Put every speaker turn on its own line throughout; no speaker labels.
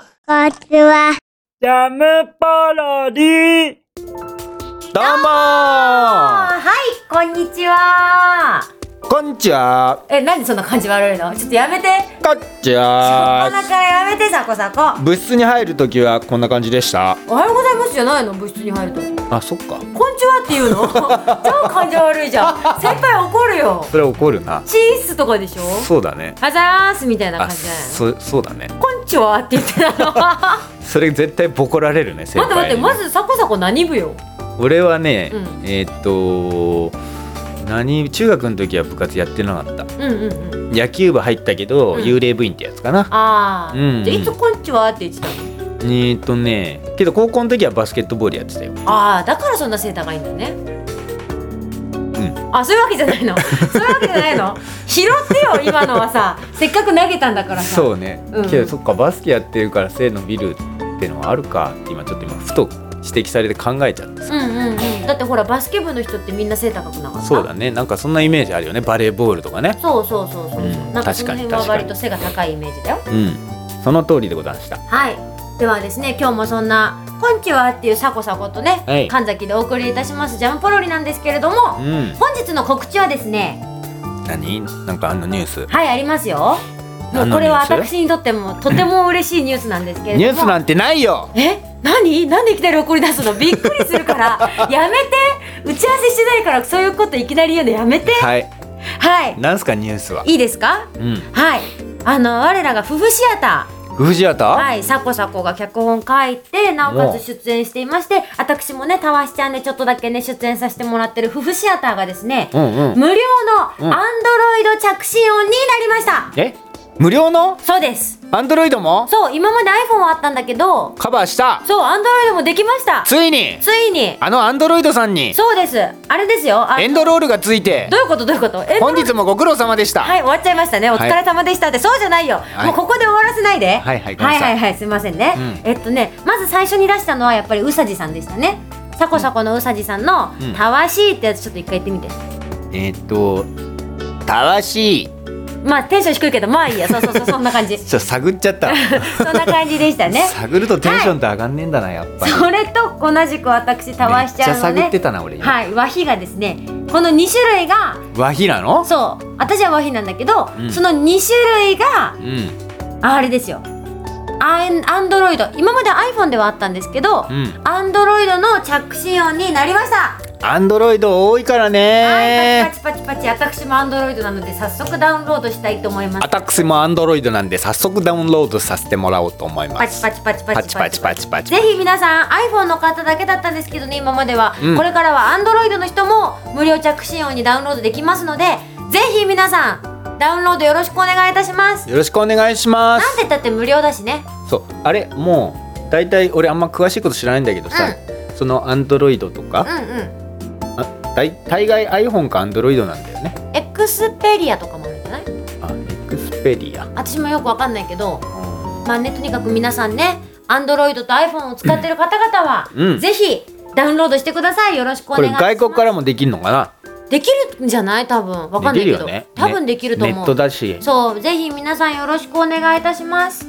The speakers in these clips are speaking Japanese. ちは。
ジャムパロディ
どう
あはい、こんにちは。
もこんにちは
え、なんでそんな感じ悪いのちょっとやめて。
こんにち
な
は
かなかやめて、サコサコ。
部室に入るときはこんな感じでした
おはようございますじゃないの部室に入ると。こんに
あ、そっか
ちはって言うの超感じ悪いじゃん。先輩怒るよ。
それ怒るな
チースとかでしょ
そうだね
あざーすみたいな
あ、
感じじゃないの
そ、そうだね
こんにちはって言ってたの待
それ絶対ボコられるね、先
って待っ
輩
て
に
まずサコサコ何部よ
俺はね、
うん
えーっと何中学の時は部活やってなかった
うんうんうん
野球部入ったけど、
うん
幽霊部員ってやつかな
ああ、
うんうん
じゃあいつこんにちはって言ってたの
えーっとねけど高校の時はバスケットボールやってたよ
ああだからそんな背高いんだね
ん
あそういうわけじゃな いのそういうわけじゃないの拾ってよ今のはさせっかく投げたんだからさ
そうね、
うん
けどそっかバスケやってるから背伸びるってのはあるかって今ちょっと今ふと指摘されて考えちゃって
うんうんうんだってほらバスケ部の人ってみんな背高くなかった
そうだねなんかそんなイメージあるよねバレーボールとかね
そうそうそうそう、
うん
なんかそ
確
の辺は
かに確かに
割と背が高いイメージだよ
うんその通りでございました
はい。ではですね、今日もそんな、こんちはっていうサコサコとね、
はい
神崎でお送りいたします、ジャムポロリなんですけれども
う、ん
本日の告知はですね、
何なんかあのニュース
はい、ありますよ。も
何
う
の
これは
ニュース
私にとってもとても嬉しいニュースなんですけれども。
ニュースなんてないよ
え何なんでいきなり怒り出すのびっくりするから やめて打ち合わせしてないからそういうこといきなり言うのやめて
はい
はい
なんすかニュースはい
いですか
うん
はいあの我らが夫婦シアター
藤田、
はい、サコサコが脚本書いて、なお
も
か
う
つ出演していまして、私もね、たわしちゃんでちょっとだけね、出演させてもらってる夫婦シアターがですね、
うんうん
無料
うん
のアンドロイド着信音になりました、
え無料の
そうです。
アンドロイドも
そう、今まで iPhone はあったんだけど、
カバーした
そう、アンドロイドもできました
ついに
ついに
あのアンドロイドさんに
そうですあれですよあ
エンドロールがついて
どういうことどういうことえ
本日もご苦労様でした、
はい、終わっちゃいましたね。お疲れ様でしたって、そうじゃないよ。
い
もうここで終わらせないで。
はいはいごめんな
は
いさい
はいはいすみませんね、
う
えっとね、まず最初に出したのはやっぱりうさじさんでしたね。サコサコのうさじさんの
うん
「たわしい」ってやつちょっと一回言ってみて、
えーっとたわしい
まあテンション低いけどまあいいやそうそうそ うそんな感じ
ちょっと探っちゃ った
そんな感じでしたね
探るとテンションって上がんねえんだなやっぱり
それと同じく私たわしちゃん
め
の
っちゃ探っ
ね
てたな俺今
はい和比がですねこの2種類が
和比なの
そう私は和比なんだけど、
うん
その2種類が
うん
あれですよアンアンドロイド今まで iPhone ではあったんですけど、
うん
アンドロイドの着信音になりました、
アンドロイド多いから
はい
ね
パチパチパチパチ私もアンドロイドなので早速ダウンロードしたいと思います
私もアンドロイドなんで早速ダウンロードさせてもらおうと思いま
パチ
す
パチパチ
パ
パチ
チパチパチパチ
ぜひ皆さん iPhone の方だけだったんですけどね今までは、
うん
これからは Android の人も無料着信音にダウンロードできますのでぜひ皆さんダウンロードよろしくお願いいたします
よろしくお願いしま
なん
す
て言ったって無料だしね
そうあれもうだいたい俺あんま詳しいこと知らないんだけどさ、そのアンドロイドと
う
か、
んうん
あ大大概 iPhone かアンドロイドなんだよね
エクスペリアとかもあるんじゃない
あエクスペリア
私もよくわかんないけどまあねとにかく皆さんね Android と iPhone を使ってる方々は、
うん
ぜひダウンロードしてくださいよろしくお
こ
願い
れ
します
外国からもできるのかな
できるんじゃない多分わかんないけど、
ね
多分できると思う
ネットだし
そうぜひ皆さんよろしくお願いいたします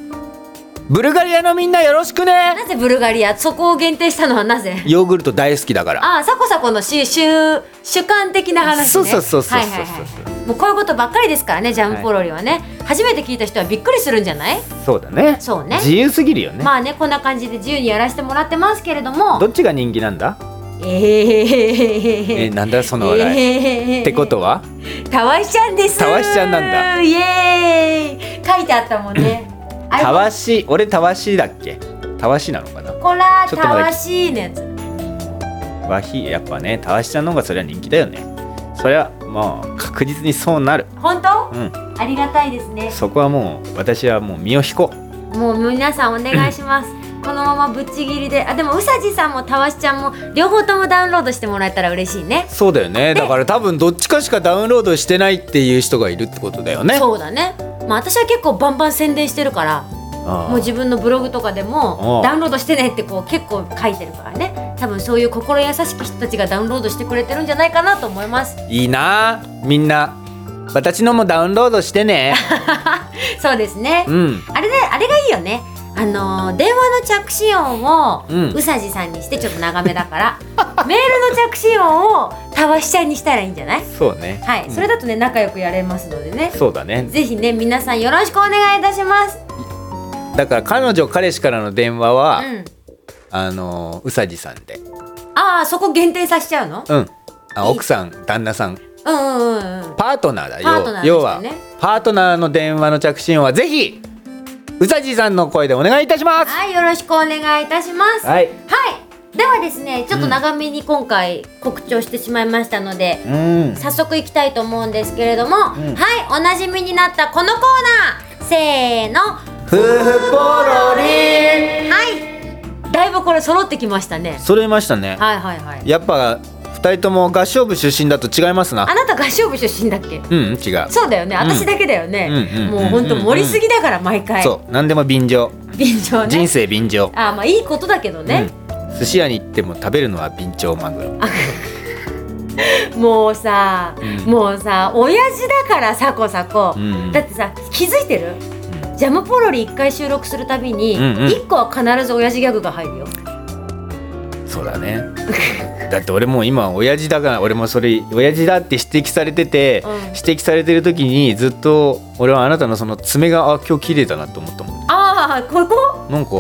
ブルガリアのみんなよろしくね
なぜブルガリアそこを限定したのはなぜ
ヨーグルト大好きだから
ああサコサコのししゅ主観的な話ね
そうそうそうそうそう
はいはいはいもうこういうことばっかりですからねジャムポロリはね、初めて聞いた人はびっくりするんじゃない
そうだね
そうね
自由すぎるよね、
まあねこんな感じで自由にやらせてもらってますけれども
どっちが人気なんだ
え
え
え
なんだその笑い、
えー
ってことは
たわしちゃんです
たわしちゃんなんだ
イエーイ書いてあったもんね
た
あ
わし俺たわしだっけたわしなのかな
こら
ちょっと
た
待って
わしいのやつ
わひやっぱねたわしちゃんの方がそりゃ人気だよねそりゃもう確実にそうなる
本当
うん
ありがたいですね
そこはもう私はもう身を引こう
もう皆さんお願いしますこのままぶっちぎりであでもうさじさんもたわしちゃんも両方ともダウンロードしてもらえたら嬉しいね
そうだよねだから多分どっちかしかダウンロードしてないっていう人がいるってことだよね
そうだねまあ私は結構バンバン宣伝してるから
ああ
もう自分のブログとかでも
あ
ダウンロードしてねってこう結構書いてるからね多分そういう心優しき人たちがダウンロードしてくれてるんじゃないかなと思います
いいなあみんな私のもダウンロードしてね
そうですね
うん
あれであれがいいよねあのー電話の着信音を
うん
うさじさんにしてちょっと長めだから メールの着信音をたわしちゃんにしたらいいんじゃない
そうね
はい、
うん
それだとね仲良くやれますのでね
そうだね
ぜひね皆さんよろしくお願いいたします
だから彼女彼氏からの電話
う
は、
ん
あのうさじさんで
ああそこ限定させちゃうの
うんあ
いい
奥さん旦那さん
うんうんうんうん
パートナーだ
パートナー
要要
とし
は
てね
パートナーの電話の着信音はぜひうさじさんの声でお願いいたします
はいよろしくお願いいたしますはい、
はい
ではですねちょっと長めに今回告知をしてしまいましたので、
うん
早速いきたいと思うんですけれども、
ん
はいおなじみになったこのコーナーせーのは
夫婦ポロリ
いだいぶこれ揃ってきましたね
揃いましたね
はいはいはい
やっぱ二人とも合唱部出身だと違いますな
あなた合唱部出身だっけ
うん違う
そうだよね私だけだよね、
うんうんうん
もうほんと盛りすぎだから毎回、
そう何でも便乗
便乗ね
人生便乗
あまあいいことだけどね、
うん寿司屋に行っても食べるのは便乗マグロ
もうさ、
うん
もうさ親父だからさこさこ、
うん
だってさ気づいてるジャムポロリ1回収録するたびに、一
うんうん
1個は必ず親父ギャグが入るよ
そうだ ねだって俺もう今親父だから俺もそれ親父だって指摘されてて、
うん
指摘されてる時にずっと俺はあなたのその爪があ今日綺麗だなと思ったもん
ああここ
なんか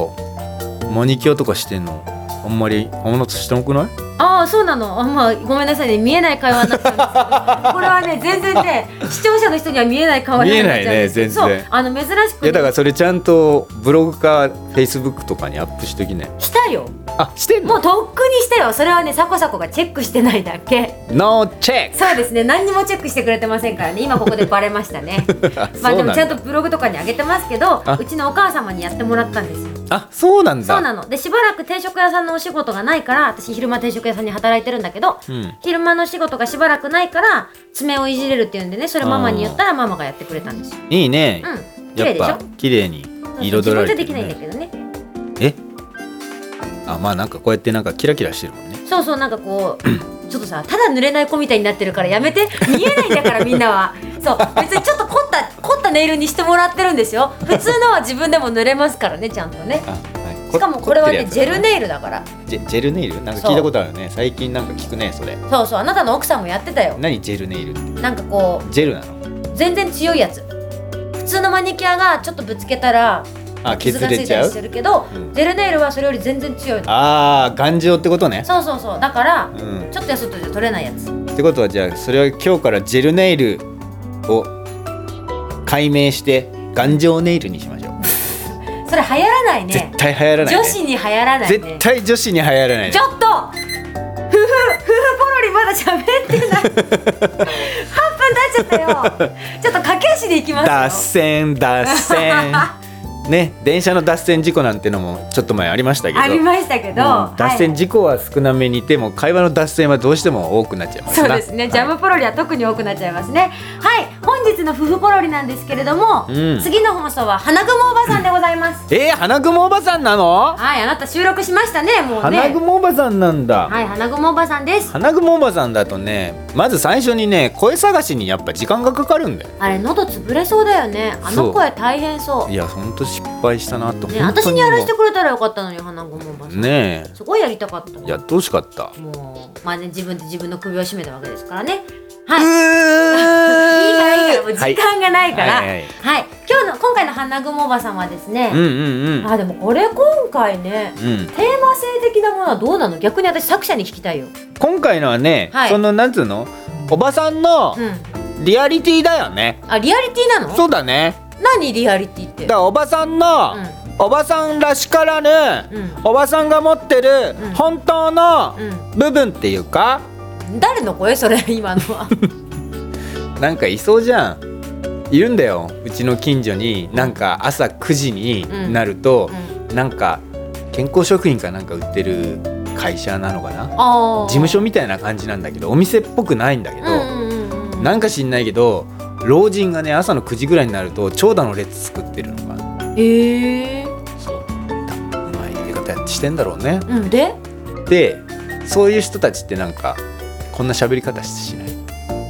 マニキュアとかしてんのあんまりあんなしてなくない
ああそうなのあまあごめんなさいね見えない会話になっちゃうんですけ どこれはね全然ね視聴者の人には見えない会話になっちゃうんですけ
見
ど
えないね全然
そうあの珍しく
い
ね
やだからそれちゃんとブログかフェイスブックとかにアップしときね
したよ
あしてん
も
の
うとっくにしたよそれはねさこさこがチェックしてないだけ
?No チェック
そうですね何にもチェックしてくれてませんからね今ここでバレまし たね まあ
そ
で
う
も
なん
ちゃんと
だ
ブログとかに上げてますけど
あ
うちのお母様にやってもらったんですよ
あそうなんだ
そうなのでしばらく定食屋さんのお仕事がないから私昼間定食屋さんに働いてるんだけど、
うん
昼間の仕事がしばらくないから爪をいじれるっていうんでねそれママに言ったらママがやってくれたんですよ
いいね、
うん綺
や
麗
っ
でし
ぱ
ょ
綺麗に彩られて
自分じゃで
る、
きないんだ
ね、
けどね
えあまあなんかこうやってなんかキラキラしてるもんね
そうそうなんかこ うちょっとさただ濡れない子みたいになってるからやめて見えないんだからみんなはそう別にちょっと凝った凝ったネイルにしてもらってるんですよ普通のは自分でも濡れますからねちゃんとね
あ、はい、
しかもこれはね
凝って
ジ
る
ェ
やつだ
ル
ね
ネイルだから
ジェジェルネイルなんか聞いたことあるね最近なんか聞くねそれ
そうそうあなたの奥さんもやってたよ
何ジェルネイルって
なんかこう
ジェルなの
全然強いやつ普通のマニキュアがちょっとぶつけたら
あ
傷
削
がつ
れ
い
ち
た
ゃ
り
う
するけど、
うん
ジェルネイルはそれより全然強いの
ああ頑丈ってことね
そうそうそうだから
うん
ちょっとやすっとじゃ取れないやつ
ってことはじゃあそれは今日からジェルネイルを解明して頑丈ネイルにしましょう、
それ流行らないね
絶対流行らない、ね、
女子に流行らないね
絶対女子に流行らない、ね
ち、ょっと夫婦夫婦ポロリまだ 喋ってない8分経っちゃったよちょっと駆け足でいきますよ
脱線脱 線ね電車の脱線事故なんてのもちょっと前ありましたけど
ありました
う
けど、
ん脱
は
線事故は少なめにいても、会話の脱線はどうしても多くなっちゃいま
い
す
そう
な
ですねジャムポロリは特に多くなっちゃいますねはい本日の夫婦ポロリなんですけれども、
うん
次の放送は花雲おばさんでございます
えー、花雲おばさんなの、
はい、あなた収録しましたね、もうね。
花雲おばさんなんだ、
はい、花雲おばさんです。
花雲おばさんだとねまず最初にね声探しにやっぱ時間がかかるんだよ
あれ、喉潰れそうだよね。あの声大変そう。
いやほんと失敗したなと、
ね、
本当
私にやらせて
も
くれたらよかったのに、花雲おばさ。
うんね
すごいやりたかった。
えやってほしかった
もう、まあね、自分で自分の首を絞めたわけですからね。はい。 いいからいいから、もう
うーん
時間がないから。は、
はいい
は
はいい
今日の、今回の花雲おばさんはですね。
うんうんうん
あ、でも、これ今回ね。
うん、
テーマ性的なものはどうなの逆に私作者に聞きたいよ。
今回のはね、
はい
そのなんつうのおばさんの
うん。
リアリティだよね、
あ、リアリティなの
そうだね
何リアリティって。
だからおばさんの、
うん
おばさんらしからぬ、
うん
おばさんが持ってる
うん
本当の
うん。
部分っていうか、
誰の声それ今の は
なんかいそうじゃんいるんだようちの近所になんか朝9時になると、なんか健康食品かなんか売ってる会社なのかな事
あー
務所みたいな感じなんだけどお店っぽくないんだけど、
うんうんうんうん
なんか知んないけど老人がね朝の9時ぐらいになると長蛇の列作ってるのが
へえ
そうだうまい入れ方してんだろうね
うんで
でそういう人たちってなんかこんな喋り方しな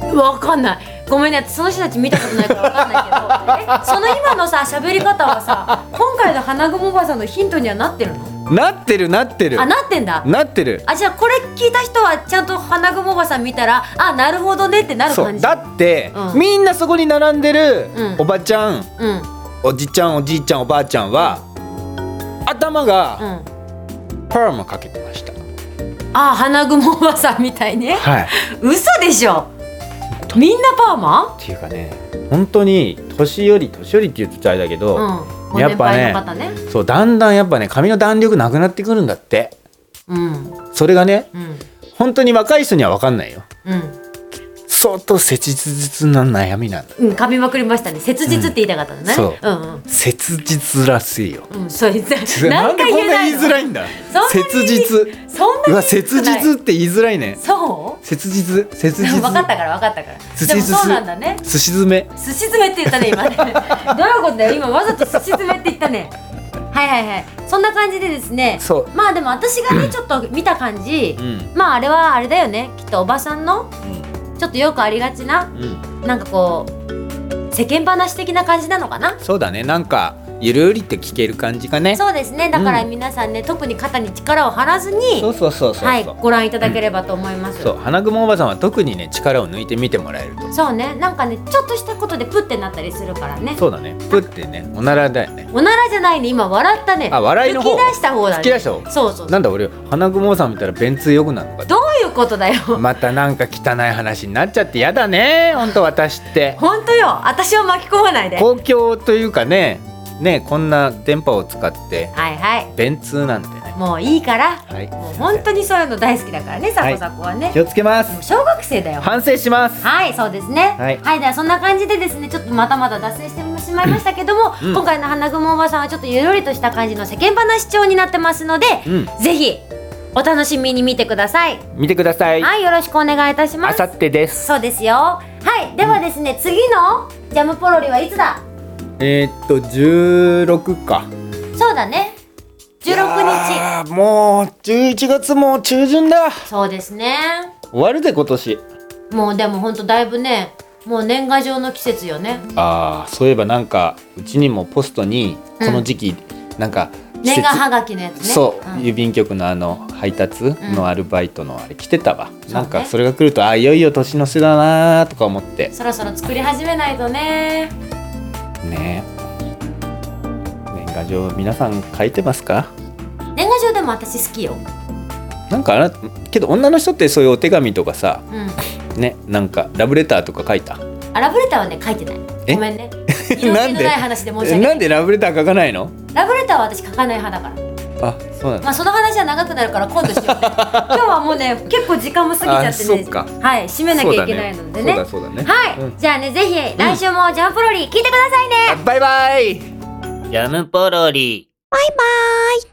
い
わかんないごめんねその人たち見たことないからわかんないけどえその今のさ喋り方はさ今回回の花雲おばさんのヒントにはなってるの
なってるなってる
あなってんだ
なってる
あじゃあこれ聞いた人はちゃんと花雲おばさん見たらあなるほどねってなる
そ
感
う
じ
だって、
うん
みんなそこに並んでる、
うん
おばちゃん
うんうん
おじちゃんおじいちゃんおばあちゃんは頭がパーマかけてました、
あ花雲おばさんみたいね
はいっ
嘘でしょみんなパーマ
ていうかね本当に年寄り年寄りって言ってたあれだけ
うん
ど、
ご
やっ
年
ぱね
配の方ね
そうだんだんやっぱね髪の弾力なくなってくるんだって
うん
それがね
うん
本当に若い人には分かんないよ
うん
相当切実な悩みなんだ
うん噛みまくりましたね切実って言いたかったのね、
うんそう
うんうん
切実らしいよ
うん、 それ
な
何
んで
回
こ
言
ん
え
な
な
言
い
い
の
づらいんだ
そんなに
切実
そんな
う
に
わ切
ない
実って言いづらいね
そう
切実切
分
実
かったから分かったから
す
でも
すす
そうなんだね
すし詰め
すし詰めって言ったね 今ねどういうことだよ今わざとすし詰めって言ったねはいはいはいそんな感じでですね
そう
まあでも私がねちょっと見た感じ
うん
まああれはあれだよねきっとおばさんの
う
ちょっとよくありがちなん
うん
なんかこう世間話的な感じなのかな
そうだねなんかゆるりって聞ける感じかね
そうですねだから
うん
皆さんね、特に肩に力を張らずに
そうそうそうそう
はい
そう
ご覧いただければと思います、
そう花雲おばさんは特にね力を抜いて見てもらえると
そうねなんかねちょっとしたことでプッてなったりするからね
そうだねプってねおならだよね
おならじゃないね今笑ったね
あ笑いの方
吹き出した方だね
吹き出した方
そうそう
なんだ俺花雲おばさん見たら便通良くなるのか
どういうことだよ
またなんか汚い話になっちゃってやだねほんと私って
本当よ私を巻き込まないでは
公共というかねねこんな電波を使って
いはい
便通なんてね
もういいから
はい
もう本当にそういうの大好きだからねサコサコはね、
気をつけます
もう小学生だよ
反省します
はいそうですね
は
はいい、ではそんな感じでですねちょっとまたまた脱線してしまいましたけども、
うん
今回の花雲おばさんはちょっとゆるりとした感じの世間話調になってますので、
うん
ぜひお楽しみに見てください
見てください
はい、よろしくお願いいたしま
あ
す
さ。ってです
そうですよ。はい、ではですね、次のジャムポロリはいつだ。
えー、っと16か
そうだね。十六日。
あもう11月も中旬だ
そうですね。
終わるで今年
もうでも本当だいぶね、もう年賀状の季節よね。
あーそういえばなんかうちにもポストにこの時期、なんか季節
年賀はがきのやつね。
そう、
ん
郵便局のあの配達のアルバイトのあれ来てたわ、
ね
なんかそれが来るとあいよいよ年の瀬だなーとか思って
そろそろ作り始めないとね。
ね年賀状皆さん書いてますか
年賀状でも私好きよ。
なんかあらけど女の人ってそういうお手紙とかさ
うん。
ねなんかラブレターとか書いた
あラブレターはね書いてない。
え
ごめ んね。色
な
気
ん
の
で
ない話で
え
申し訳な。
ないんでラブレター書かないの
ラブレターは私書かない派だから。
あそうなの
まあその話は長くなるから今度し ようね。今日はもうね結構時間も過ぎちゃって
あそ
ね
っか。
はい締めなきゃいけないのでね。
そうだね
はい、
うん
じゃあねぜひ来週もジャンプロリー聞いてくださいね。
あバイバイ
ジャムポロリ。
バイバイ